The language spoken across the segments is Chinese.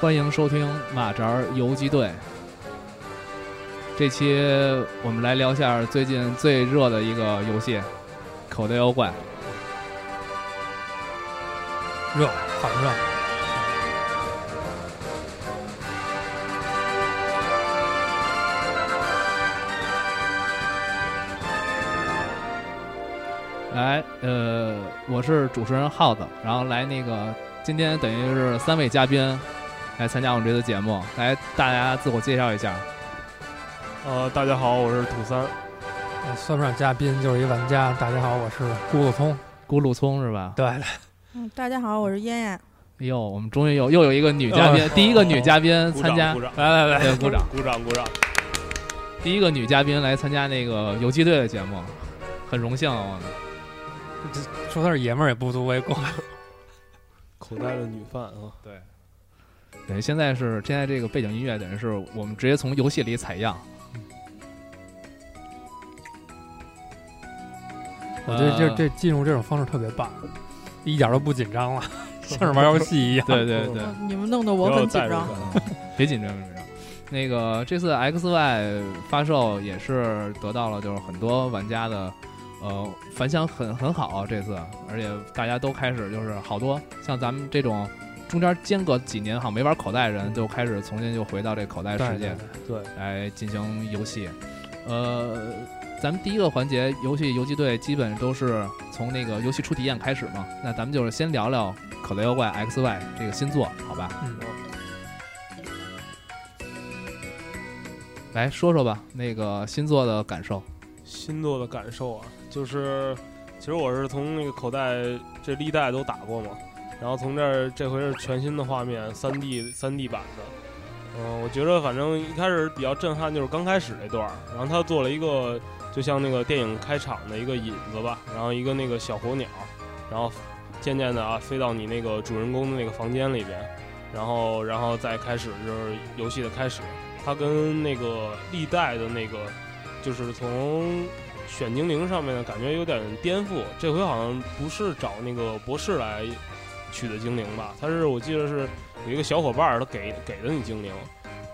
欢迎收听马扎儿游击队。这期我们来聊一下最近最热的一个游戏《口袋妖怪》。热，好热。来，呃，我是主持人耗子，然后来那个今天等于是三位嘉宾来参加我们这次节目，来大家自我介绍一下。呃，大家好，我是土三。呃算不上嘉宾，就是一玩家。大家好，我是咕噜葱。咕噜葱是吧？对的，嗯，大家好，我是燕燕。哎呦，我们终于有又有一个女嘉宾， 哦第一个女嘉宾参加鼓， 掌，来来来，对，鼓掌，鼓掌，鼓掌！第一个女嘉宾来参加那个游击队的节目，很荣幸啊。我们说他是爷们儿也不足为过。口袋的女犯啊，对，等于现在是现在这个背景音乐，等于是我们直接从游戏里采样。嗯我觉得这呃这进入这种方式特别棒，一点都不紧 张了，像是玩游戏一样。对对对，嗯你们弄得不我要很紧代入张。感别紧张，别紧张。那个这次 XY 发售也是得到了就是很多玩家的呃反响很很好、啊这次而且大家都开始就是好多像咱们这种中间间隔几年好像没玩口袋的人，就开始重新就回到这口袋 嗯对世界。对对，来进行游戏。呃，咱们第一个环节游戏游击队基本都是从那个游戏初体验开始嘛。那咱们就是先聊聊《口袋妖怪 XY》这个新作，好吧？嗯，来说说吧，那个新作的感受。新作的感受啊，就是其实我是从那个口袋这历代都打过嘛，然后从这儿这回是全新的画面，三 D 三 D 版的。嗯、我觉得反正一开始比较震撼，就是刚开始那段儿，然后他做了一个就像那个电影开场的一个引子吧，然后一个那个小火鸟，然后渐渐的啊飞到你那个主人公的那个房间里边，然后然后再开始就是游戏的开始，它跟那个历代的那个就是从选精灵上面呢，感觉有点颠覆。这回好像不是找那个博士来取的精灵吧？他是我记得是有一个小伙伴儿，他给给了你精灵，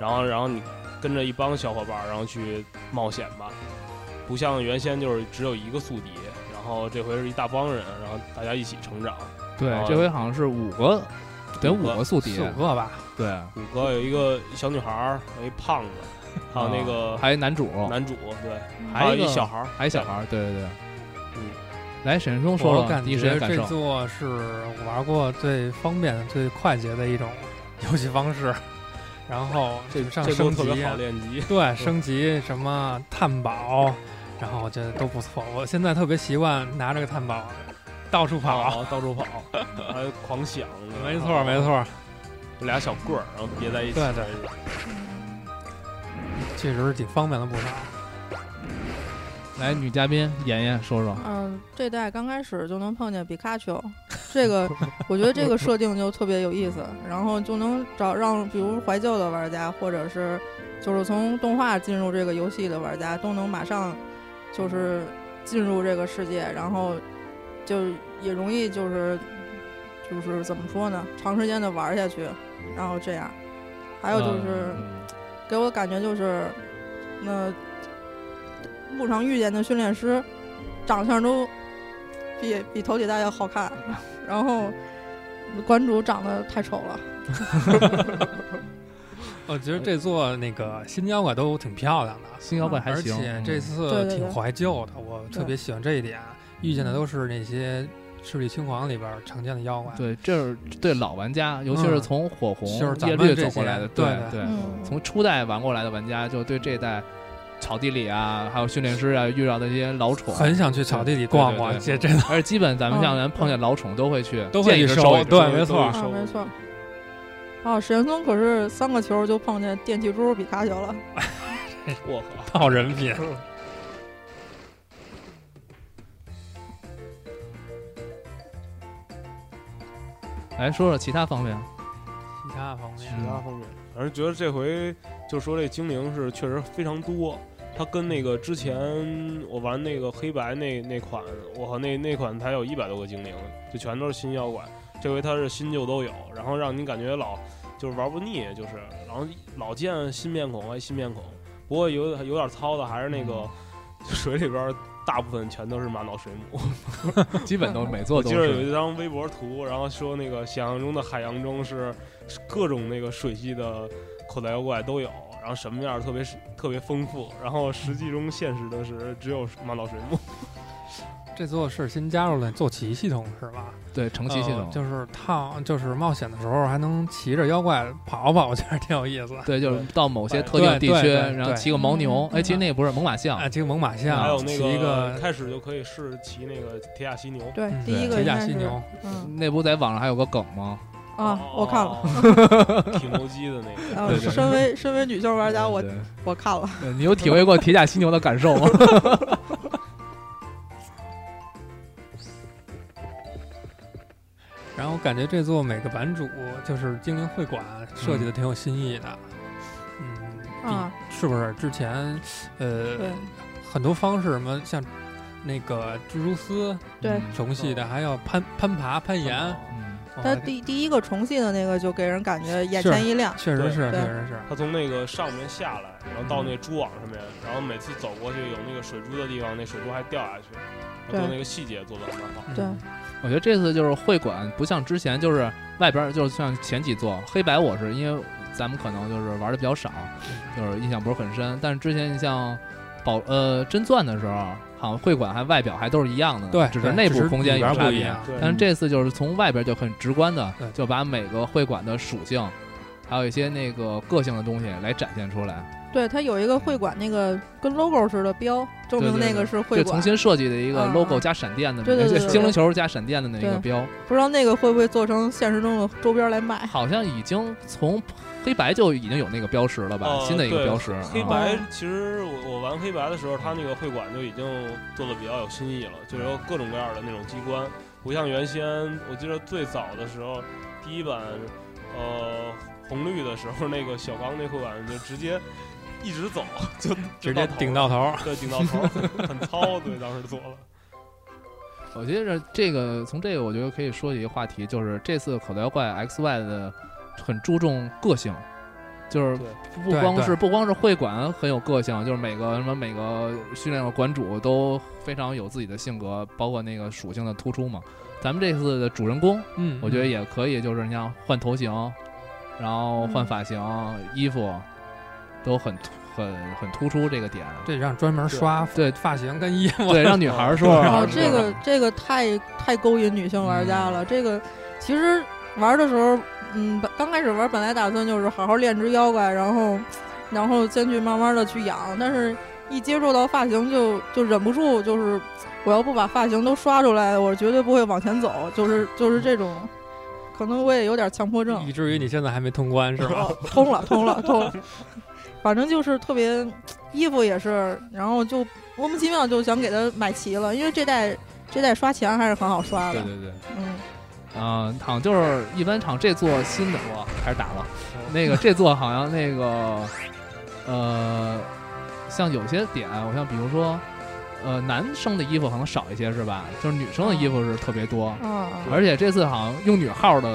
然后然后你跟着一帮小伙伴儿，然后去冒险吧。不像原先就是只有一个宿敌，然后这回是一大帮人，然后大家一起成长。对哦这回好像是五个，得五五个个啊宿敌四。五个吧。对，五个有一个小女孩儿，有一胖子，还有那个啊还有男主，男主，对，还有有一个一小孩儿，还有小孩儿。对对对。嗯。来，沈松说我说感第一时间觉感这受。座是我玩过最方便、最快捷的一种游戏方式。然后这上这都升特级别啊好练级。对，升级什么探宝，然后我觉得都不错。我现在特别习惯拿着个探宝 到处跑。跑，到处跑，还狂想。 没错，没，错，就俩小棍儿，然后叠在一起。对对确实挺方便了不少。来，女嘉宾妍妍说说。嗯，这代刚开始就能碰见比卡丘，这个我觉得这个设定就特别有意思，然后就能找让比如怀旧的玩家，或者是就是从动画进入这个游戏的玩家，都能马上就是进入这个世界，然后就也容易就是就是怎么说呢，长时间的玩下去，然后这样，还有就是。嗯给我感觉就是，那路上遇见的训练师，长相都比比头几代要好看，然后馆主长得太丑了。我觉得这座那个新妖怪都挺漂亮的，新妖怪还而行。且这嗯次对对挺对怀旧的，我特对别喜欢这一点。遇见的都是那些势力轻狂里边常见的妖怪，对，这是对老玩家，尤其是从火红就是、咱叶们绿这走些过来的，对的对，嗯从初代玩过来的玩家，就对这一代草地里啊，还有训练师啊，遇到的这些老宠，很想去草地里逛逛，对对这真的而且基本咱们像嗯咱碰见老宠都会去，都会见一去只收手一只对手没错都是啊，手没错。啊，史岩松可是三个球就碰见电气猪比卡丘了。我好人 品。来哎说说其他方面，其他方面其他方面，反正觉得这回就说这精灵是确实非常多。它跟那个之前我玩那个黑白那那款，我靠那那款它有一百多个精灵，就全都是新妖怪。这回它是新旧都有，然后让你感觉老就是玩不腻，就是然后老见新面孔还新面孔。不过有有点糙的还是那嗯个水里边，大部分全都是满脑水母。基本都每我座都记得有是。一张微博图，然后说那个想象中的海洋中是各种那个水系的口袋妖怪都有，然后什么样儿特别特别丰富，然后实际中现实的是只有满 脑水母。这座是新加入的坐骑系统是吧？对乘嗯骑系呃统，就是探就是冒险的时候还能骑着妖怪跑跑，我觉得挺有意思。对，就是到某些特对定地对区，对然后对骑个牦牛。嗯哎，其实那也不是猛犸象哎，，这个猛犸象，还有那啊骑一个开始就可以试骑那个铁甲犀牛。对嗯，哎第一个铁应甲该犀是牛，嗯那不在网上还有个梗吗？啊，我哦看了。了，哦 挺牛鸡的那个。然后对对身为身为女性玩家，我对对我看了，对你有体会过铁甲犀牛的感受吗？然后感觉这座每个版主就是精灵会馆设计的挺有新意的，嗯，比啊是不是之前对呃很多方式什么像那个蜘蛛丝 对。重系的，还要攀攀爬攀岩，嗯，哦他第第一个重戏的那个就给人感觉眼是前一亮，确实是对确实是，他从那个上面下来，然后到那蛛网上面，然后每次走过去有那个水珠的地方，那水珠还掉下去。他对做那个细节做的很好。嗯对我觉得这次就是会馆不像之前，就是外边儿就是像前几座黑白，我是因为咱们可能就是玩的比较少，嗯就是印象不是很深。但是之前你像宝呃真钻的时候，好像会馆还外表还都是一样的呢，对，只是对内部只空间里有边差不一别。样，嗯对但是这次就是从外边就很直观的对就把每个会馆的属性，还有一些那个个性的东西来展现出来，对，它有一个会馆那个跟 logo 似的标，证对明对那对个是会就馆重。新设计的一个嗯 logo 嗯加闪电的，对对对对对精灵球加闪电的那个对标。不知道那个会不会做成现实中的周边来 卖？好像已经从黑白就已经有那个标识了吧？呃新的一个对标识，黑啊白哦其实我我玩黑白的时候，他那个会馆就已经做的比较有新意了，就是有各种各样的那种机关，不像原先我记得最早的时候，第一版呃红绿的时候，那个小刚那会馆就直接一直走， 就直接顶到头。对顶到头，很糙，对当时做了。我觉得这个从这个我觉得可以说起一个话题，就是这次口袋妖怪 X Y 的很注重个性，就是对不不对光对是不光是会馆很有个性，就是每个什么每个训练的馆主都非常有自己的性格，包括那个属性的突出嘛。咱们这次的主人公，嗯，我觉得也可以，就是你像换头型，然后换发型、衣服，都很突很很突出这个点。这让专门刷对发型跟 衣服，对，让女孩儿说。哦啊，是这个这个太太勾引女性玩家嗯了。这个其实玩的时候，嗯，本刚开始玩本来打算就是好好练只妖怪，然后然后先去慢慢的去养，但是一接触到发型就就忍不住就是我要不把发型都刷出来，我绝对不会往前走，就是就是这种。可能我也有点强迫症，以至于你现在还没通关是 吧？通了，通了，通了。反正就是特别，衣服也是，然后就莫名其妙就想给它买齐了，因为这代这代刷钱还是很好刷对的。对对，嗯，嗯，好像就是一般场这座新的我开始打了，那个这座好像那个呃，像有些点，我像比如说呃，男生的衣服可能少一些是吧？就是女生的衣服是特别多，啊而且这次好像用女号的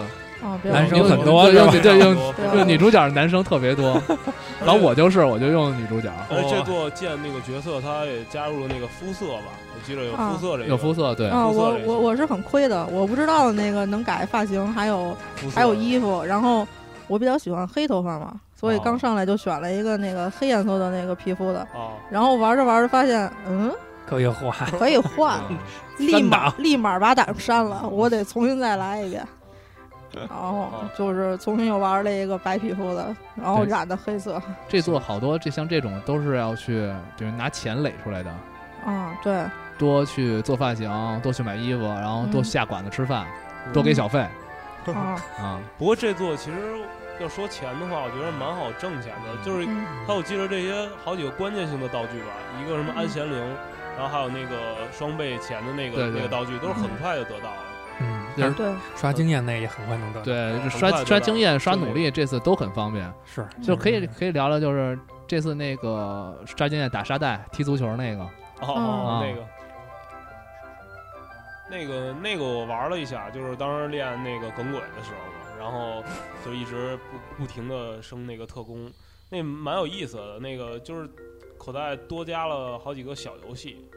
啊，别男玩生用很多对用是吧对用对就女主角男生特别多， 然后我哦就是我就用女主角，而且这座剑那个角色，他也加入了那个肤色吧，我记得有肤色这个，有肤色对，啊，肤色我这一我我是很亏的，我不知道那个能改发型，还有肤色还有衣服，然后我比较喜欢黑头发嘛，所以哦刚上来就选了一个那个黑颜色的那个皮肤的，啊，然后玩着玩着发现，嗯，可以换，可以换，嗯立马档立马把档删了，我得重新再来一遍。然后就是重新又玩了一个白皮肤的，然后对染的黑色。这座好多这像这种都是要去就是拿钱垒出来的，嗯，对，多去做发型，多去买衣服，然后多嗯下馆子吃饭，多给小费啊，啊。不过这座其实要说钱的话，我觉得蛮好挣钱的，就是嗯他我记得这些好几个关键性的道具吧，一个什么安贤灵，然后还有那个双倍钱的那个对对那个道具，都是很快就得到了。嗯，就是但是对，刷经验那也很快能得到，对，就很快刷就刷到经验、刷就努那力，这次都很方便，是就可以嗯可以聊聊，就是这次那个刷经验打沙袋、踢足球那个，哦，嗯哦那个。那个那个我玩了一下，就是当时练那个耿鬼的时候嘛，然后就一直不不停的升那个特工，那蛮有意思的。那个就是口袋多加了好几个小游戏，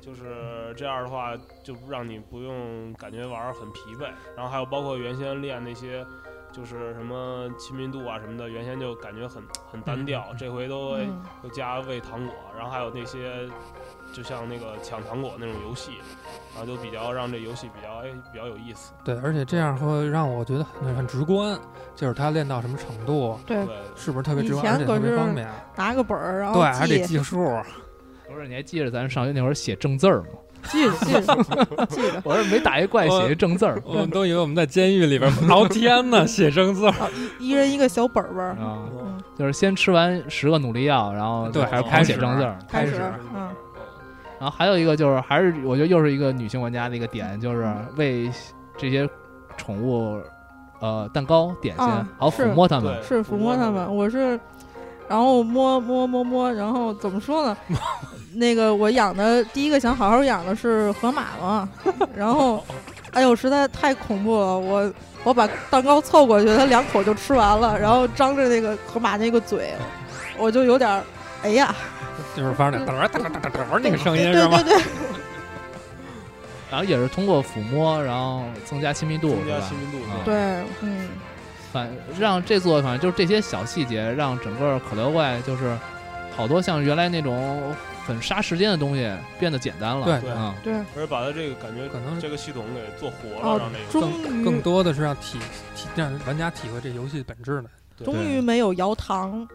就是这样的话就让你不用感觉玩儿很疲惫。然后还有包括原先练那些。就是什么亲密度啊什么的，原先就感觉很很单调，这回都嗯又加喂糖果，然后还有那些就像那个抢糖果那种游戏，然后就比较让这游戏比较哎比较有意思。对，而且这样会让我觉得很很直观，就是他练到什么程度，对对，，是不是特别直以观，前而且特可别是方便。拿个本儿，然后对，还得记记 数。不是，你还记着咱上学那会儿写正字儿吗？记着记着记着。我说每打一怪写一正字儿我们都以为我们在监狱里边熬天呢，写生字儿。啊，一一人一个小本本儿，啊，嗯就是先吃完十个努力药，然后对还是狂开始写正字儿。开始开始嗯，然后还有一个就是，还是我觉得又是一个女性玩家的一个点，就是为这些宠物，呃，蛋糕、点心，啊然后是抚摸它们对，是抚摸他们，我是，然后摸摸摸摸，然后怎么说呢？那个我养的第一个想好好养的是河马嘛，然后，哎呦，实在太恐怖了，我我把蛋糕凑过去，它两口就吃完了，然后张着那个河马那个嘴，我就有点儿，哎呀，就是反正得嘚儿嘚儿嘚儿嘚儿那个声音嗯对是吗对？对，然后也是通过抚摸，然后增加亲密度，增是加吧亲？密度啊。对，嗯，反让这座反正就是这些小细节，让整个可乐怪就是好多像原来那种很杀时间的东西变得简单了。对对啊，对，而且把它这个感觉可能这个系统给做活了，哦让这个终更更于多的是让体体让玩家体会这游戏的本质呢。终于没有摇糖，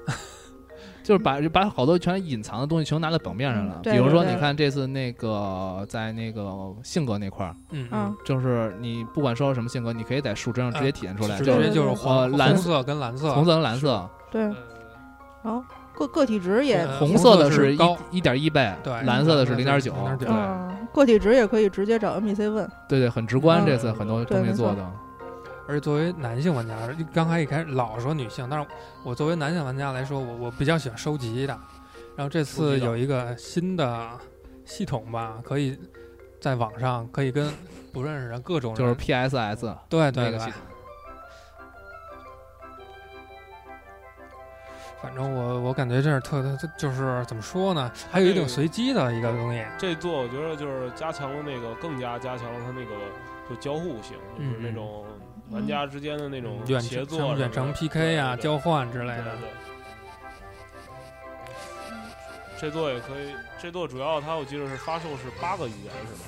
就是把把好多全隐藏的东西全拿到表面上了嗯。对比如说，对对你看这次那个在那个性格那块儿，嗯嗯，就是你不管说什么性格，你可以在数值上直接体现出来，直就嗯接是就是呃黄蓝红色跟蓝色，红色跟蓝色，对，呃然后个个体值也呃红色的是一高，一点一倍对，蓝色的是零点九， 0.9对嗯，个体值也可以直接找 NPC 问，对对，很直观。嗯这次很多东西做的，而且作为男性玩家，刚开一开始老说女性，但是我作为男性玩家来说，我我比较喜欢收集的。然后这收次集的有一个新的系统吧，可以在网上可以跟不认识的各种人，就是 PSS 对对那对个系，统。反正我我感觉这是特特就是怎么说呢，还有一种这个随机的一个东西。这座我觉得就是加强了那个，更加加强了它那个就交互性，就是嗯那种玩家之间的那种远协程作像什么的、远程 PK 啊、对对交换之类对的对，对。这座也可以，这座主要它我记得是发售是八个语言是吧？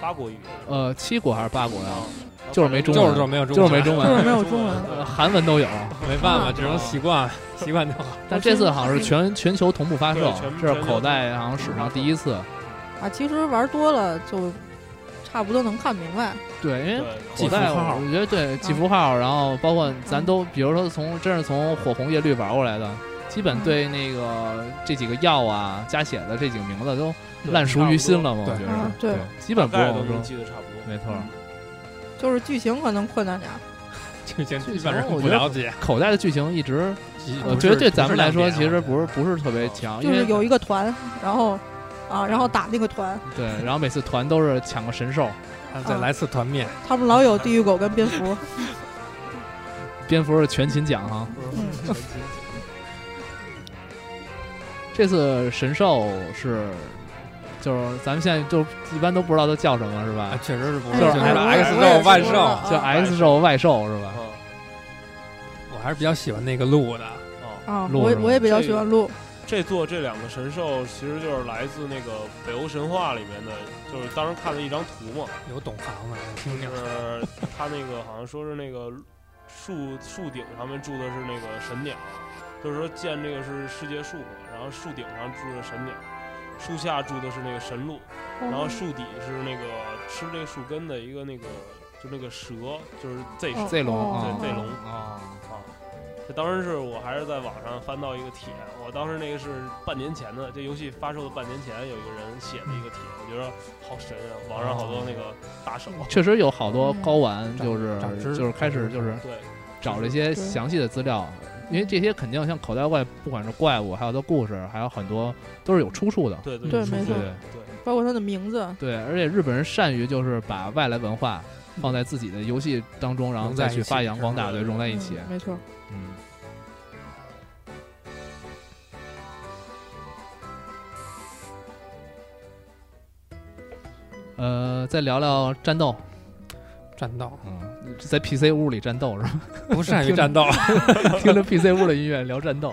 八国语言是吧呃，七国还是八国呀？啊就是没中就是文就是没有中就是没中就文是没有中文。 呃韩文都有，没 办法，只能习惯习惯就好。但这次好像是全全球同步发售对全，这是口袋好像史上第一次。啊，其实玩多了就差不多能看明白。对，因为对，记口袋符号我觉得对记符号，然后包括咱都，比如说从真是从火红叶绿玩过来的，基嗯本对那个这几个药啊加血的这几个名字都烂熟于心了嘛，我对觉得嗯是，对，基本不大概用都能说，记得差不多。没错。就是剧情可能困难点儿。就已经这基本上我觉不得了解。口袋的剧情一直，我不觉得是对咱们来说不是其亮实点不是不是特别强，啊因就是为有一个团，然后啊，然后打那个团，对，然后每次团都是抢个神兽，啊再来次团灭，他们老有地狱狗跟蝙蝠。蝙蝠是全勤奖哈。嗯，这次神兽是，就是咱们现在就一般都不知道它叫什么是啊吧？确实是不哎就是就是哎我也 X 我也肉万说兽，了叫啊 X 兽外兽是吧？嗯我还是比较喜欢那个鹿的。哦，啊，鹿我是也吗我也比较喜欢鹿。这座这两个神兽其实就是来自那个北欧神话里面的，就是当时看了一张图嘛，有懂行的，我听就听。是他那个好像说是那个树树顶上面住的是那个神鸟，就是说建这个是世界树嘛，然后树顶上住的神鸟，树下住的是那个神鹿，嗯然后树底是那个吃这树根的一个那个就那个蛇，就是 Z 蛇哦这龙哦啊，对这龙啊，啊。这当时是我还是在网上翻到一个帖，我当时那个是半年前的，这游戏发售的半年前有一个人写的一个帖，我觉得好神啊，网上好多那个大手，嗯确实有好多高玩嗯就是长知识就是开始就是对，找这些详细的资料，因为这些肯定像口袋怪，不管是怪物，还有它故事，还有很多都是有出处的。对对对没对对错对包括它的名字，对，而且日本人善于就是把外来文化放在自己的游戏当中，然后融在再一去起发扬光大，是吧对，融在一嗯起。没 错。嗯，呃，再聊聊战斗，战斗嗯，在 PC 屋里战斗是吧？不 善于战斗， 听着 PC 屋的音乐聊战斗，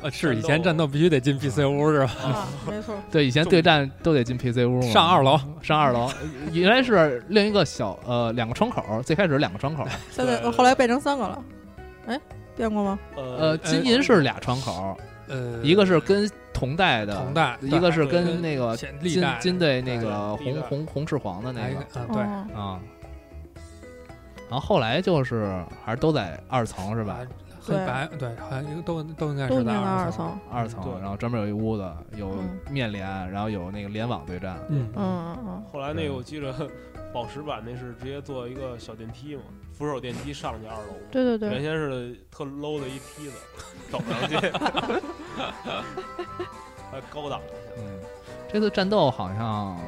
呃，是以前战斗必须得进 PC 屋是吧？啊，没错，对，以前对战都得进 PC 屋嘛，上二楼，上二楼，原来是另一个小呃两个窗口，最开始两个窗口，现在对后来变成三个了，哎，变过吗？呃，呃，金银是俩窗口，呃，嗯一个是跟同代的，同代，一个是对跟那个前历金代金队那对个历红代红红赤黄的来那一个个啊，对，哦啊、然后后来就是还是都在二层是吧？啊？黑白对，好像都都应该都是应在该二层层。，二层，对然后专门有一屋子，有嗯面联，然后有那个联网对战。嗯嗯，嗯嗯，后来那对个我记着，宝石版那是直接做一个小电梯嘛，扶手电梯上去二楼嘛。对对原对，先是特 low 的一梯子，走上去， 还高档一下。嗯，这次战斗好像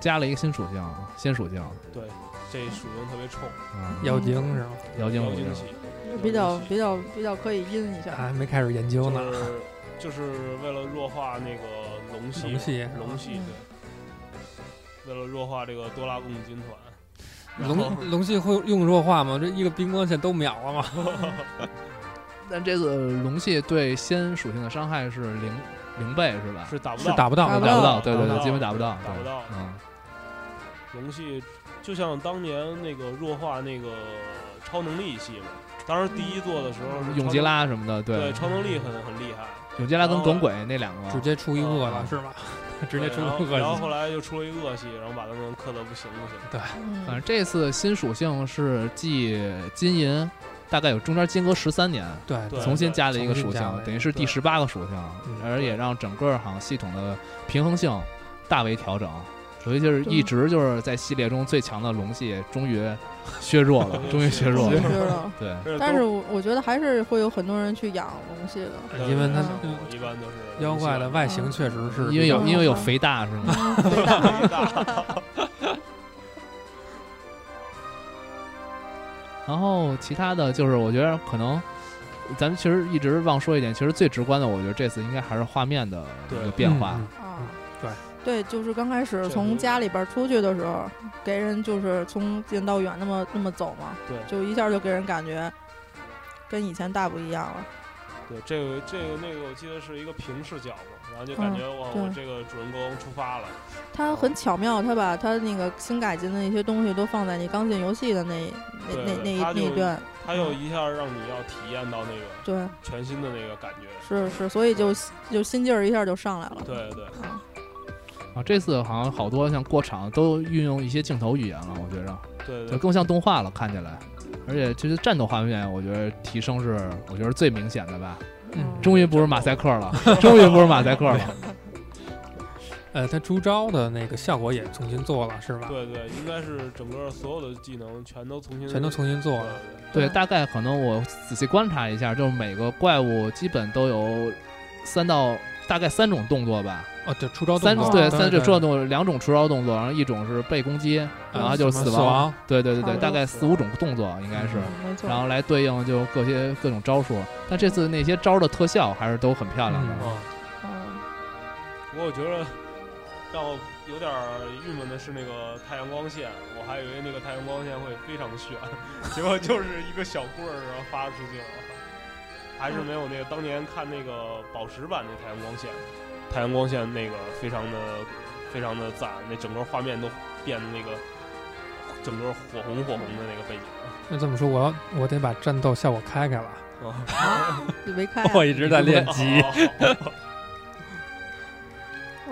加了一个新属性，新属性，对，这属性特别冲，嗯，妖精是吗？妖精妖属性精，系，比较妖精系比较比较可以阴一下。啊还没开始研究就呢，是就是为了弱化那个龙系龙系嘛龙嗯系对，为了弱化这个多拉贡军团，然后龙龙系会用弱化吗？这一个冰光线都秒了吗？但这次龙系对仙属性的伤害是零零倍是吧？是打不是到，打不到打的，不打不到到，对对打不对，到基本打不到，打不对到嗯，龙系就像当年那个弱化那个超能力系嘛，当时第一座的时候嗯是永超吉能，拉什么的，对对，超能力很很厉害，永吉拉跟然后耿鬼那两直个，接出一恶了是吧？ 直接哦对出然一后然后恶后来又出了一恶系，然后把他们克的不行不行。反 嗯正这次新属性是继金银，大概有中间间隔十三年，对对重新加了一个属重新加了一性，个等于是第对十八个属性嗯，而也让整个好像系统的平衡性大为调整。所以就是一直就是在系列中最强的龙系，终 于削弱了，终于削弱我了觉。得，对，但是我我觉得还是会有很多人去养龙系的。对因为它对对我一般都是妖怪的外形确实是因为有嗯因为有肥大是吗？嗯啊回答太大，然后其他的就是我觉得可能。咱们其实一直忘说一点，其实最直观的，我觉得这次应该还是画面的一个对变化。嗯啊，对对，就是刚开始确从实家里边儿出去的时候，给人就是从近到远那么那么走嘛，对就一下就给人感觉跟以前大不一样了。对这个这个那个，我记得是一个平视角嘛，然后就感觉哇，嗯对我这个主人公出发了，他很巧妙，他把他那个新改进的一些东西都放在你刚进游戏的那那对那对那一他那就一段，他又嗯一下让你要体验到那个对，全新的那个感觉。是是，所以就就心劲儿一下就上来了。对对，啊，啊，这次好像好多像过场都运用一些镜头语言了，我觉着。对就对，更像动画了，看起来。而且其实战斗画面，我觉得提升是我觉得最明显的吧。嗯终于不是马赛克 了，终于不是马赛克了。呃，他出招的那个效果也重新做了是吧？对对，应该是整个所有的技能全都重新全都重新做对了，对对，大概可能我仔细观察一下，就是每个怪物基本都有三到大概三种动作吧，哦，对，出招三动作对对三种对啊呃出招动作，两种出招动作，然后一种是被攻击，然后就是什么死死亡。亡，啊对对对对，好大概多四五种动作应该是。嗯没错。然后来对应就各些各种招数，但这次那些招的特效还是都很漂亮的。嗯嗯，嗯，不过我觉得让我有点儿郁闷的是那个太阳光线，我还以为那个太阳光线会非常炫，结果就是一个小棍儿然后发出去了，还是没有那个当年看那个宝石版那太阳光线，太阳光线那个非常的非常的赞，那整个画面都变得那个整个火红火红的那个背景。那这么说，我要我得把战斗效果开开了。 啊，你没 开啊、我一直在哦练级，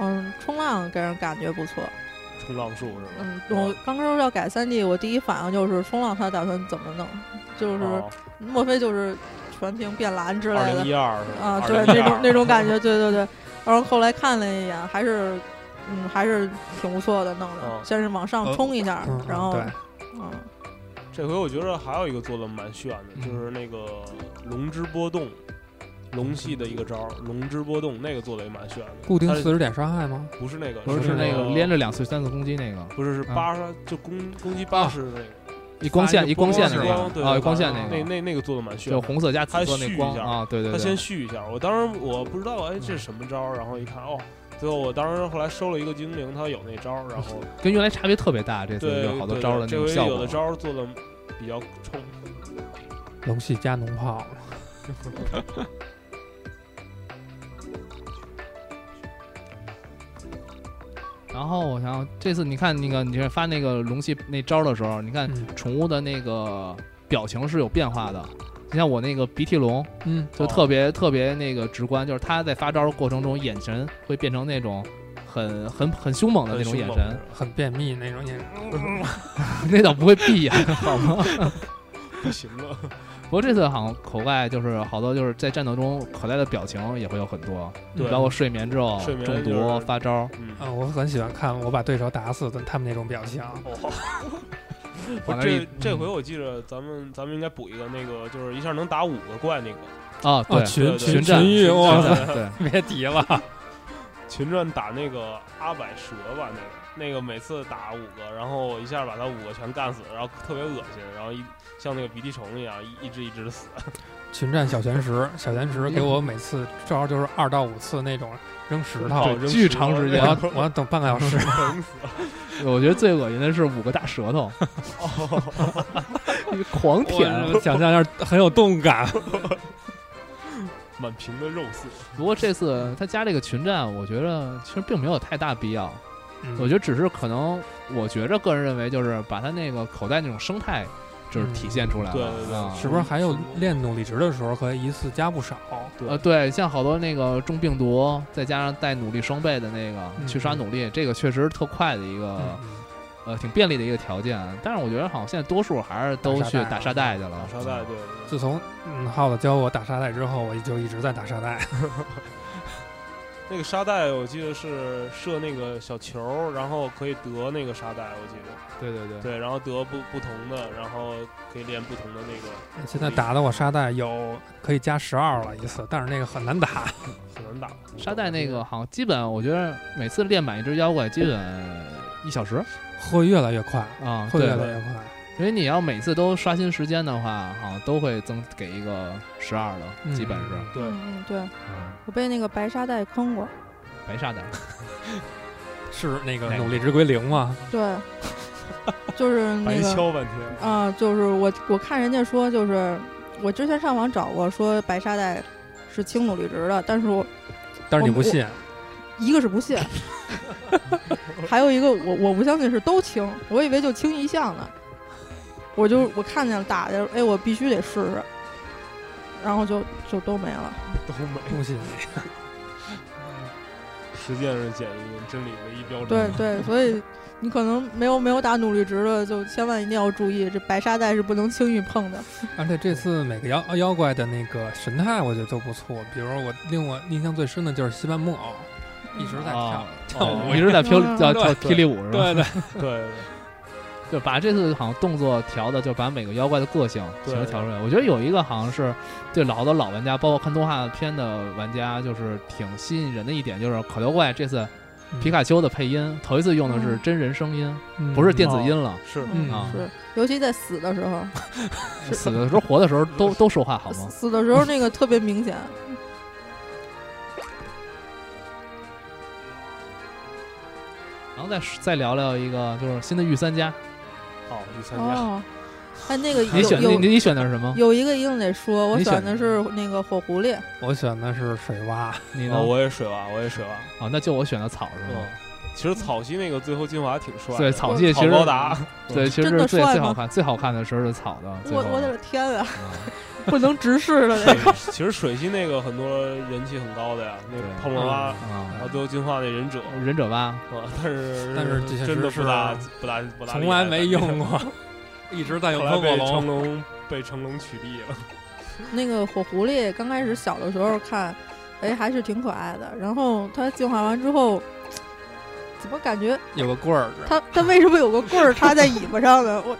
嗯，冲浪给人感觉不错。冲浪术是吧？嗯，哦我刚说要改三 D，我第一反应就是冲浪，他打算怎么弄？就是、莫非就是全屏变蓝之类哦二零的一二啊？对，那种那种感 觉，对对对。然后后来看了一眼，还是嗯，还是挺不错的，弄的。哦先是往上冲一下，嗯，然后对，嗯，这回我觉得还有一个做的蛮炫的，嗯就是那个龙之波动，龙系的一个招儿，龙之波动，那个做的也蛮炫的。固定它是四十点伤害吗？不是那个，不是是那个个连着两次三次攻击那个，不是是啊八十，就攻攻击八十那个一光线发一一个光线那波光对个啊，对光线对那那个，那那个做的蛮炫就的。红色加紫色那光它蓄一下啊，对对他先对，嗯续一下，我当时我不知道，哎，这是什么招儿？然后一看，哦，最后我当时后来收了一个精灵，他有那招儿，然 后跟原来差别特别大，这次对有好多对招儿的那这种回效有的果。招儿做的比较冲。龙系加农炮，然后我想想这次你看那个你这发那个龙系那招儿的时候，你看嗯宠物的那个表情是有变化的。你像我那个鼻涕龙，嗯，哦就特别、特别那个直观，就是它在发招儿过程中，眼神会变成那种很很很凶猛的那种眼神， 很便秘那种也，那倒不会闭眼， 好吗？ 不行了，不过这次好像口盖就是好多就是在战斗中口袋的表情也会有很多，对包括睡眠之后睡眠中就毒是发招儿，嗯，嗯，我很喜欢看我把对手打死的他们那种表情，哦，不往那这一嗯这回我记着，咱们咱们应该补一个那个，就是一下能打五个怪那个啊，对哦，，群对群群战域，哇塞，对对，别提了，秦传打那个阿百蛇吧，那个那个每次打五个，然后一下把他五个全干死，然后特别恶心，然后一像那个鼻涕虫一样，一一只一只的死。 群战小玄石，小玄石给我每次招就是二到五次那种扔石头，扔巨石长头时我间要我要等半个 小时，疼死了。我觉得最恶心的是五个大舌 头，狂舔。我想象一下很有动感，满屏的肉色，不过这次他加这个群战，我觉得其实并没有太大必要，嗯我觉得只是可能，我觉着个人认为就是把他那个口袋那种生态就是体现出来了，嗯对对对啊是不是还有练努力值的时候可以一次加不少？对呃，对，像好多那个中病毒，再加上带努力双倍的那个嗯去刷努力，这个确实特快的一个嗯呃挺便利的一个条件。但是我觉得好像现在多数还是都去打打沙沙袋袋去打了，沙袋，对，自从嗯耗子教我打沙袋之后，我就一直在打沙袋。 那个沙袋我记得是射那个小球儿，然后可以得那个沙袋，我记得对对对。对，然后得不不同的，然后可以练不同的那个，现在打的我沙袋有可以加十二了一次，但是那个很难打。很难打。沙袋那个好像基本，我觉得每次练满一只妖怪基本一小时会越来越快，啊、会对越对，来越快。因为你要每次都刷新时间的话，好像都会增给一个十二的，基本是、嗯对嗯嗯，对嗯、我被那个白沙袋坑过，白沙 袋。是那个哪个努力值归零吗？ 对，就是那白 个敲半天，啊、就是我我看人家说，就是我之前上网找过，说白沙袋是轻努力值的，但是我但是你不信，一个是不信， 还有一个我我不相信是都清，我以为就清一项呢。我就我看见了打的，哎，我必须得试试，然后就就都没了。都没。不信你。实践是简易真理唯一标准。对对，所以你可能没有没有打努力值的，就千万一定要注意，这白沙袋是不能轻易碰的。而且这次每个妖妖怪的那个神态，我觉得都不错。比如我令我印象最深的就是西班木偶，一直在跳、啊哎跳舞哦，一直在跳 嗯跳对跳霹雳舞是吧？ 对对，对对，就把这次好像动作调的，就把每个妖怪的个性对全都调出来。我觉得有一个好像是对老的老玩家，包括看动画片的玩家，就是挺吸引人的一点，就是口头怪这次皮卡丘的配音头一次用的是真人声音，嗯不是电子音了。是嗯啊是，尤其在死的时候，是死的时候、活的时候都都说话好 吗？死的时候那个特别明显。然后再再聊聊一个就是新的御三家，哦，去参加。哦，哎，那个你选有你有你选的是什么？有一个一定得说，我你选选的是那个火狐狸。嗯我选的是水蛙， 你呢？哦，我也水蛙，我也水蛙。啊，那就我选的草是吗嗯？，其实草系那个最后精华挺帅的。对，草系其实高达，嗯对，其实真的是最帅最吗好看最好看的时候是草的。最我后 我的天啊，啊不能直视了那个。其实 水系那个很多人气很高的呀，那个对泡沫蛙，然 啊后，最后进化那忍者，嗯忍者蛙啊，但是嗯 但是这确真的实不大是不大不大，从来没 用。过， 一直在用后风火来被成龙。龙被成龙取缔了，那个火狐狸刚开始小的时候看，哎，还是挺可爱的。然后它进化完之后，怎么感觉有个棍儿是吧，它它为什么有个棍儿插在尾巴上呢？我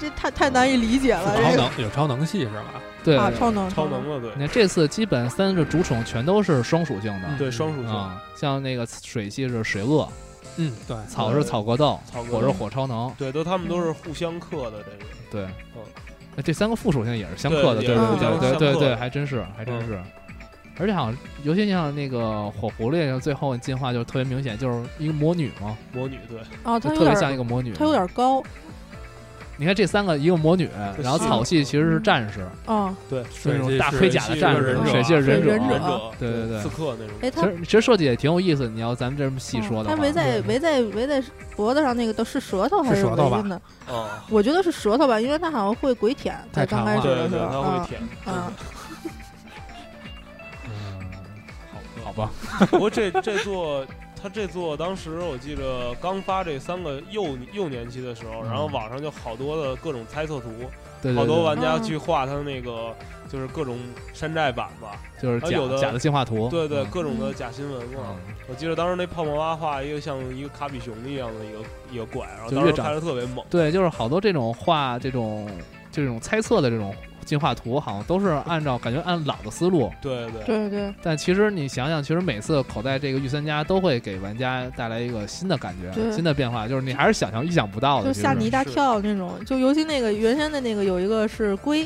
这太太难以理解了。超这能有超能系是吧？对个啊，超能超能了，对你看这次基本三个主宠全都是双属性的嗯对，双属性，啊、像那个水系是水鳄，嗯，对，草是草格斗，草格斗火是火超能，对，都他们都是互相克的这个。对嗯。那这三个附属性也是相克的，对对也是对对相对克对，的嗯还真是还真是。而且好像，尤其像那个火狐狸，最后进化就是特别明显，就是一个魔女嘛，魔女对，啊，就它特别有点像一个魔女。它有点高你看这三个，一个魔女，然后是嗯草系其实是战士，啊，那种水系大是盔 甲的系战是士，忍者水系啊是者对忍啊者忍者对对对刺客那种。哎，它其实其实设计也挺有意思，你要咱们这么细说的话，它围在围在围在脖子上那个都是舌头还是是舌头吧围巾呢？啊，我觉得是舌头吧，因为它好像会鬼舔，太在长刚了开始对的对对，时候他会啊舔。啊，嗯，好好吧， 不过这这座，他这座当时我记着刚发这三个幼幼年期的时候，嗯然后网上就好多的各种猜测图，对对对，好多玩家嗯去画他那个就是各种山寨版吧，就是啊假有的假的进化图，对对，嗯各种的假新闻嘛。嗯我记得当时那泡沫蛙画一个像一个卡比熊一样的一个一个怪，然后就当时越长看着特别猛。对，就是好多这种画这种这种猜测的这种进化图，好像都是按照感觉按老的思路，对对对对对，但其实你想想，其实每次口袋这个御三家都会给玩家带来一个新的感觉，对新的变化，就是你还是想象意想不到就的，吓你一大是跳那种。就尤其那个原先的那个有一个是龟，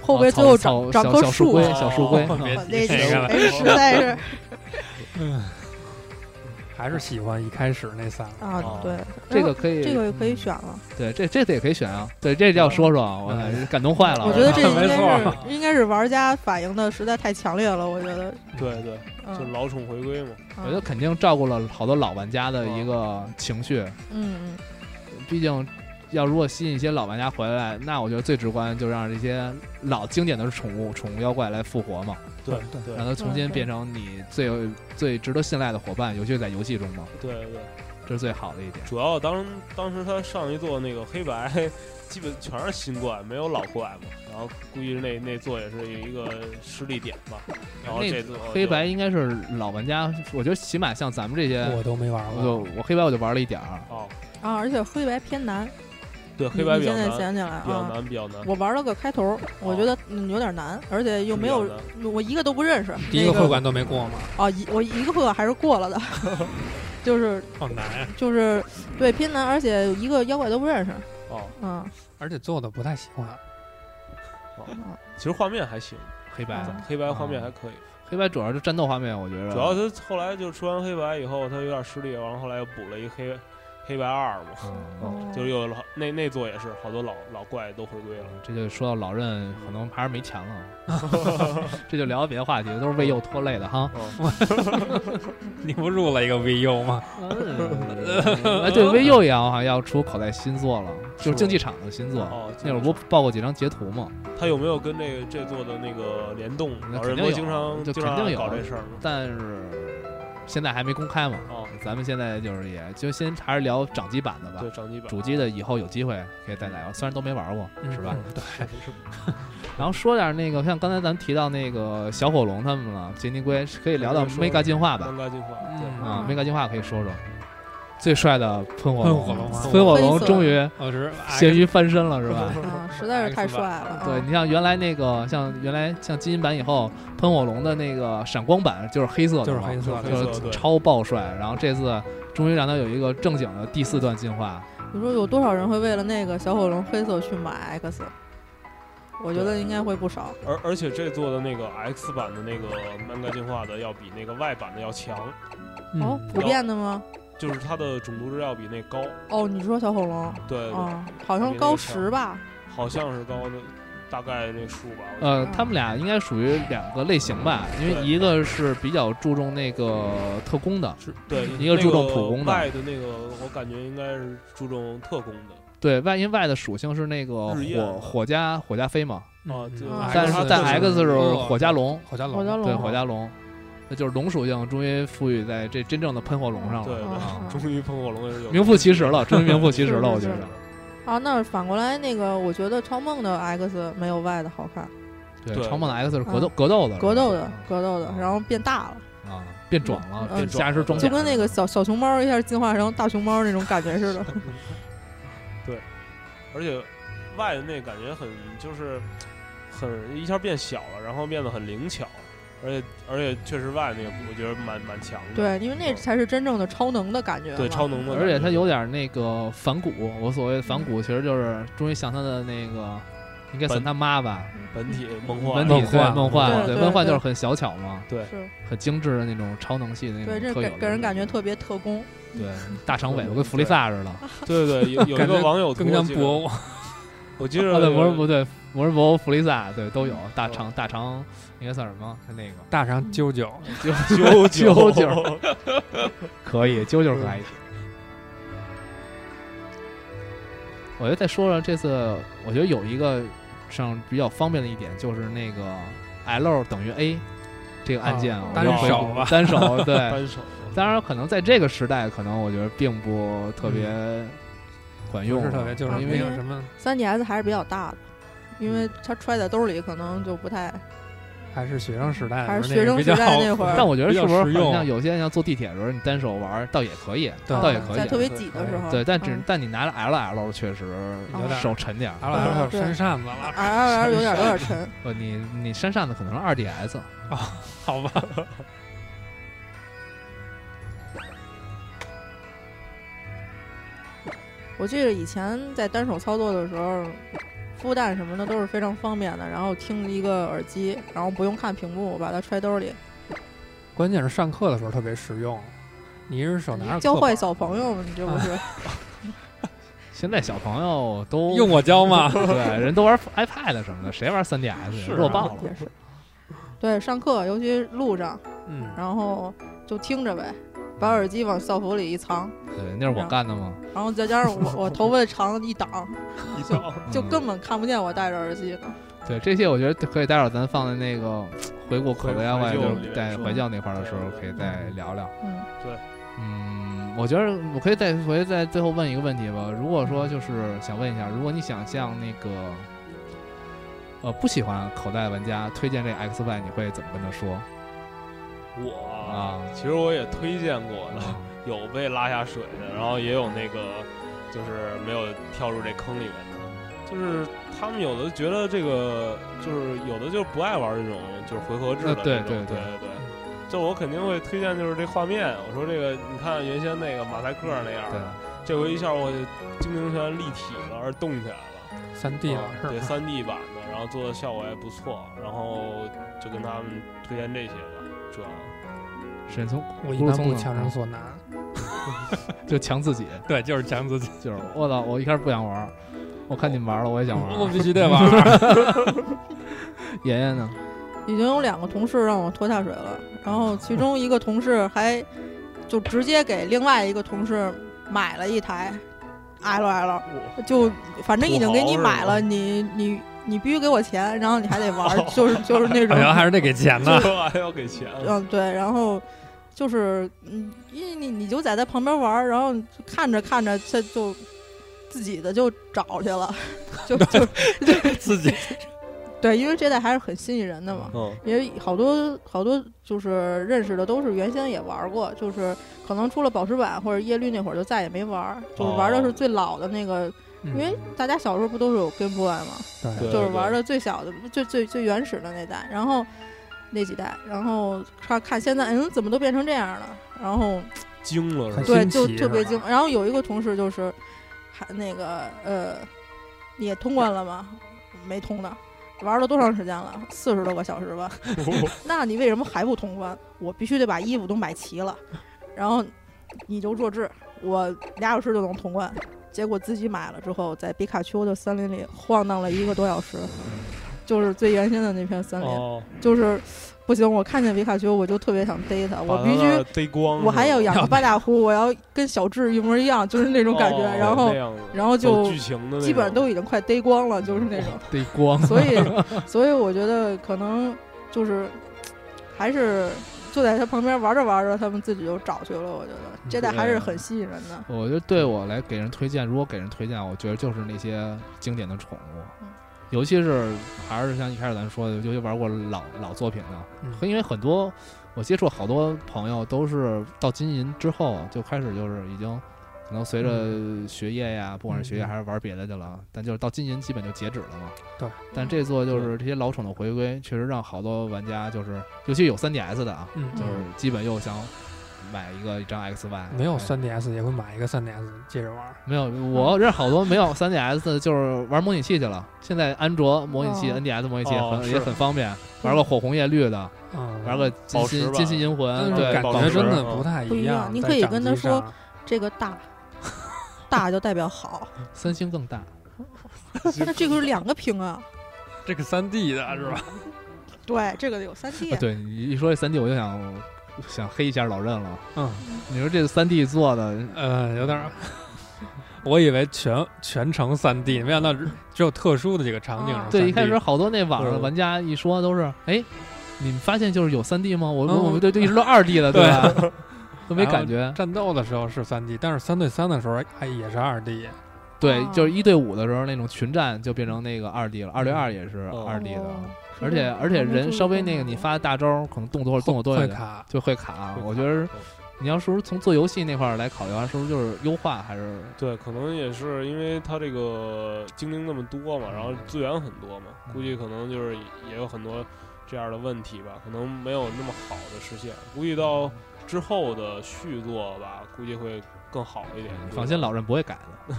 后后边最后长长棵啊小树龟，小树龟，哦嗯别我那这个了 哎，实在是嗯，还是喜欢一开始那三个。啊哦，对，这个可以，这个也可以嗯选了。对，这这次也可以选啊，对，这要说说啊，我嗯感动坏了，我觉得这应没该错是应该是玩家反应的实在太强烈了，我觉得。对对，就嗯，老宠回归嘛。我觉得嗯肯定照顾了好多老玩家的一个情绪，嗯毕竟。要如果吸引一些老玩家回来，那我觉得最直观就让这些老经典的宠物、宠物妖怪来复活嘛，对对对让它重新变成你最有最值得信赖的伙伴，尤其是在游戏中嘛，对对，这是最好的一点。主要当当时他上一座那个黑白，基本全是新怪，没有老怪嘛。然后估计那那座也是一个失利点吧。然后那这座黑白就应该是老玩家，我觉得起码像咱们这些，我都没玩我过。就我黑白我就玩了一点儿，哦，嗯啊，而且黑白偏难，对你黑白你比较现在难，想起来比较啊。难，比较难。我玩了个开头，我觉得嗯有点难，而且又没有是比较我一个都不认识。第一个那会馆都没过吗？啊，一我一个会馆还是过了的，就是好难，就是对偏难，而且一个妖怪都不认识。哦，嗯，而且做的不太喜欢。其实画面还行，黑白啊黑白画面还可以。黑白主要是战斗画面，我觉得主要他后来就出完黑白以后，他有点失利，然后后来又补了一黑黑白二嘛，嗯哦就是又有老那那座也是好多老老怪都回归了。这就说到老任，可能还是没钱了，这就聊别的话题，都是为幼拖累的哈。哦，你不入了一个 VU 吗？哎，对，微幼也好像要出口袋新作了，就是竞技场的新作。哦，那会儿不爆过几张截图吗？他有没有跟这个这座的那个联动？那老肯人定不有经常就经肯定常有啊搞这事儿吗？但是现在还没公开嘛。哦，咱们现在就是也就先还是聊掌机版的吧对，，掌机版主机的以后有机会可以再聊，虽然都没玩过，嗯是吧？？对， 然后说点那个，像刚才咱们提到那个小火龙他们了，杰尼龟可以聊到对说 Mega 进化吧漫。画进化，嗯对，啊嗯，mega 进化可以说说，最帅的喷火龙，喷火龙啊喷火龙黑色终于我是咸鱼翻身了，是吧？啊，实在是太帅了。对啊你像原来那个，像原来像金银版以后，喷火龙的那个闪光版就是黑色的就是嘛，黑色的，黑色的就是对超爆帅。然后这次终于让他有一个正经的第四段进化，你说有多少人会为了那个小火龙黑色去买 X？我觉得应该会不少。而而且这座的那个 X 版的那个漫画进化的要比那个 Y 版的要强，嗯哦，普遍的吗？就是它的种族值要比那高，哦，你说小火龙，对，对嗯，好像高十吧？好像是高的，大概那数吧。我觉得呃，他们俩应该属于两个类型吧，因为对一个是比较注重那个特工的，是对一个注重普攻的的，外的那个我感觉应该是注重特工的对外因外的属性是那个日夜火火加火加飞嘛，啊哦就啊但是它但就是 X 是火加龙，火加龙，火加龙对，火加龙，那就是龙属性终于赋予在这真正的喷火龙上对了，对啊啊终于喷火龙也是有名副其实了，终于名副其实是了，是我觉是得。啊，那反过来那个，我觉得超梦的 X 没有 Y 的好看，对，对超梦的 X 是格斗格斗的，格斗的嗯格斗的嗯，然后变大了，嗯啊，变壮了，嗯变加是装甲就跟那个小小熊猫一下进化成大熊猫那种感觉似的。而且外的那感觉很就是很一下变小了，然后变得很灵巧，而且而且确实外那个我觉得蛮蛮强的。对，因为那才是真正的超能的感觉嘛。嗯对超能的而且它有点那个反骨，我所谓的反骨，其实就是终于像他的那个，应该算他妈吧，本体梦幻，文嗯体对幻梦对对对文幻就对是很小巧嘛，是很精致的那种超能系的那种对，这嗯特有给的给人感觉特别特工。对大长尾巴跟弗利萨似的。对对，有有一感个觉网友图更像我记得布偶，我记得哦，对，那摩尔个不对，摩尔博弗利萨对都有大嗯长大长应该算什么？他那个大肠啾啾，九九九九，可以，啾啾可以。我觉得再说说这次，我觉得有一个上比较方便的一点就是那个 L 等于 A 这个按键啊我单觉得回手顾吧 单 手对。扳手，当然，可能在这个时代，可能我觉得并不特别管嗯不用是啊，特别，就是啊没有因为什么，三 DS 还是比较大的，因嗯为它揣在兜里可能就不太。还是学生时代，还那是个学生比较时代那 会儿但我觉得比是较不是实好用像有些像坐地铁的时候，你单手玩儿倒也可以，对倒也可以在啊，特别挤的时候。对，但只嗯但你拿着 L L 确实有点儿手沉点儿， L L 有对扇扇子了， L L 啊有点有 点沉，不，呃你你扇扇子可能是二 D S，好吧，我记得以前在单手操作的时候，孵蛋什么的都是非常方便的，然后听一个耳机，然后不用看屏幕，把它揣兜里， 关键是上课的时候特别实用，你一只手拿着教课本坏小朋友们，你这不是？啊现在小朋友都用我教 吗？对，人都玩 iPad 什么的，谁玩3 D S 是啊 弱爆了。也是。对，上课尤其路上， 嗯，然后就听着呗，把耳机往校服里一藏，对，那是我干的吗？然后再加上我我头发长一挡，一 刀就嗯根本看不见我戴着耳机呢。对这些，我觉得可以待会儿咱放在那个回顾口袋怀外，旧就是里在说怀旧那块儿的时候对可以再聊聊。嗯，嗯，我觉得我可以再回再最后问一个问题吧。如果说就是想问一下，如果你想向那个呃不喜欢口袋玩家推荐这 X Y，你会怎么跟他说我啊？其实我也推荐过的，啊有被拉下水的，然后也有那个就是没有跳入这坑里面的，就是他们有的觉得这个就是有的就不爱玩这种就是回合制的呃这对种，对对对对。就我肯定会推荐，就是这画面。我说这个，你看原先那个马赛克那样对啊的，这回一下我精灵全立体了，而动起来了。哦三 D 了啊是对吧？三 D 版的，然后做的效果也不错，然后就跟他们推荐这些吧，主要沈从我一咕噜般松不呢强人所难，就强自己，对，就是强自己，就是我操，我一开始不想玩儿，我看你们玩儿了，我也想玩我儿。必须得玩 儿，妍妍呢？已经有两个同事让我拖下水了，然后其中一个同事还就直接给另外一个同事买了一台 L L，就反正已经给你买了，你你你必须给我钱，然后你还得玩儿，就是就是那种然后还是得给钱呢 最。后还要给钱，嗯，对，然后就是嗯，因为你你就在在旁边玩儿，然后看着看着，这就自己的就找去了，就就自己 对，因为这代还是很吸引人的嘛。嗯，因为好多好多就是认识的都是原先也玩过，就是可能出了宝石版或者叶绿那会儿就再也没玩儿，就是玩的是最老的那个，因为嗯大家小时候不都是有 Game Boy 嘛，对就是玩的最小的、最最最原始的那代，然后那几代，然后看看现在，嗯，怎么都变成这样了，然后惊了是吧？对，新就奇特别是吧惊。然后有一个同事就是，还那个呃，你也通关了吗？没通呢。玩了多长时间了？四十多个小时吧。那你为什么还不通关？我必须得把衣服都买齐了，然后你就弱智，我俩小时就能通关。结果自己买了之后，在比卡丘的森林里晃荡了一个多小时，就是最原先的那片森林，哦，就是不行，我看见比卡丘我就特别想逮它，我把必它须那儿逮光，我还要养要个八大狐，我要跟小智一模一样，就是那这种感觉。然后，啊然后就剧情的那种，基本上都已经快逮光了， 就是那种。对光，所以，所以我觉得可能就是还是就在他旁边玩着玩着，他们自己就找去了。我觉得这代还是很吸引人的。我觉得对我来给人推荐，如果给人推荐，我觉得就是那些经典的宠物嗯，尤其是还是像一开始咱说的，尤其玩过老老作品的，嗯很因为很多我接触好多朋友都是到金银之后就开始就是已经可能随着学业呀，不管是学业嗯还是玩别的去了，但就是到金银基本就截止了嘛。对。但这座就是这些老宠的回归，确实让好多玩家就是，尤其有 3DS 的啊，嗯，就是基本又想买一个一张 XY，没有哎 3DS 也会买一个 3DS 接着玩儿。没有，我认识好多没有 3DS 的，就是玩模拟器去了。现在安卓模拟器、哦 NDS 模拟器哦很也是很方便，玩个火红叶绿的，嗯，玩个金宝石心吧金心银魂，但是对，感宝觉石真的嗯不太不一样样。你在可以掌跟机他说上，这个 大，大就代表 好，三星更大。那这个是两个屏啊。这个 3D 的是吧？ 对，这个有三 D，啊对，你一说这三 D，我就想想黑一下老任了。嗯，你说这三 D 做的，呃，有点儿。 我以为全全程 3D，没想到只只有特殊的这个场景是啊 3D。对，一开始好多那网上的嗯玩家一说都是，哎，你们发现就是有三 D 吗？我嗯我们就就一直都二 D 的，对吧？ 都没感觉。战斗的时候是 3D，但是三对三的时候还也是 2D。对，哦就是一对五的时候那种群战就变成那个二 D 了，二对二也是哦二 D 的。哦而且而且人稍微那个你，发大招儿，可能动作或者动作多一会点卡，就会卡啊会。卡我觉得你要说从做游戏那块儿来考虑的话，是不是就是优化还是对，可能也是因为它这个精灵那么多嘛，然后资源很多嘛，估计可能就是也有很多这样的问题吧，可能没有那么好的实现。估计到之后的续作吧，估计会更好一点。哎你放心，老任不会改 的。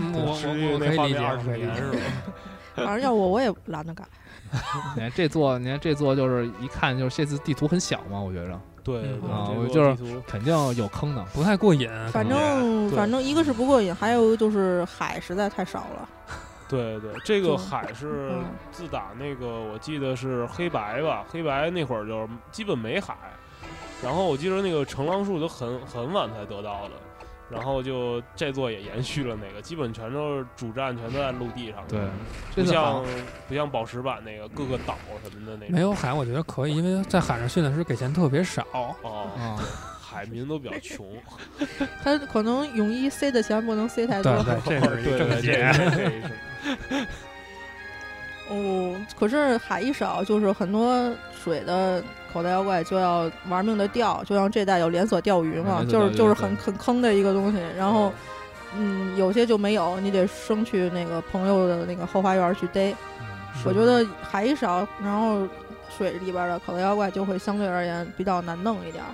嗯我我失去我可那以画理面解，二我十可以理年解是。吧？反正要我我也懒得改。你看这座，你看这座就是一看就是这次地图很小嘛，我觉着对嗯对啊这我个就是地图肯定有坑的。不太过瘾，嗯反感觉正对反正一个是不过瘾，还有就是海实在太少了。对对，这个就海是嗯自打那个我记得是黑白吧，黑白那会儿就是基本没海，然后我记得那个成狼树都很很晚才得到的，然后就这座也延续了那个，基本全都是主战全都在陆地上面，对，这不次好像不像宝石版那个各个岛什么的那种，没有海，我觉得可以，因为在海上训的时候给钱特别少。哦，啊，海民都比较穷，他可能泳衣塞的钱不能塞太多对。对，这是一对正对， 这解。这这一是哦，可是海一少，就是很多水的口袋妖怪就要玩命的钓，就像这代有连锁钓鱼嘛，嗯就连锁钓是鱼就是很对很坑的一个东西。然后，嗯，有些就没有，你得生去那个朋友的那个后花园去逮。是我觉得海一少，然后水里边的口袋妖怪就会相对而言比较难弄一点儿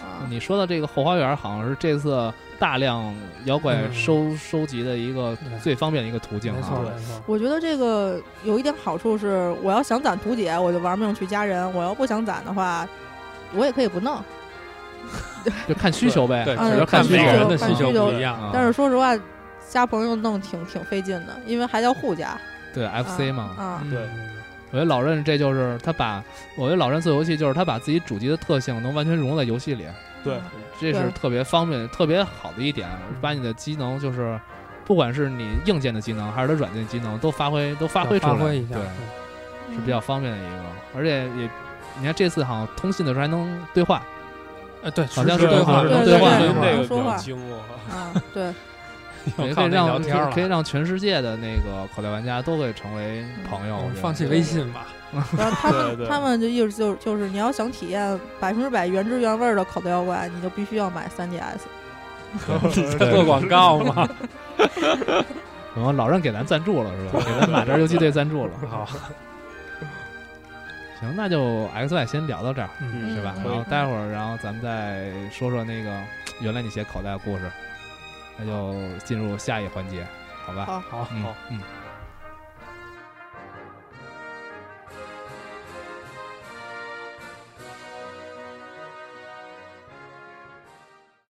啊。嗯你说的这个后花园，好像是这次大量妖怪嗯收收集的一个对最方便的一个途径没错啊。没错，我觉得这个有一点好处是，我要想攒图解，我就玩命去加人；我要不想攒的话，我也可以不弄。就看需求呗，对，嗯只就是要看看需需每求个人的看需需求求不一样。啊但是说实话，加朋友弄挺挺费劲的，因为还要互加。对 FC 嘛，嗯啊，对我觉得老任这就是他把，我觉得老任做游戏就是他把自己主机的特性能完全融入在游戏里，对这是对特别方便、特别好的一点，把你的机能就是，不管是你硬件的机能还是它软件的机能都发挥都发发挥出来，发挥一下，对，对嗯是比较方便的一个，而且也。你看这次好像通信的时候还能对话，呃对，好像实时是对话，好像对是对这话对对话个比说较话精哦，啊，对，也可靠以那聊让天可了以可以让全世界的那个口袋玩家都可以成为朋友。我我们觉得嗯放弃微信吧。然后他对对们他们就意思就是就是你要想体验百分之百原汁原味儿的口袋妖怪，你就必须要买 3DS。对在做广告吗？然后老任给咱赞助了是 吧？给咱马哲游击队赞助了。好，行，那就 XY 先聊到这儿。嗯，是吧？嗯然后待会儿，然后咱们再说说那个原来你写口袋的故事，那就进入下一环节，好吧？好好，嗯好嗯，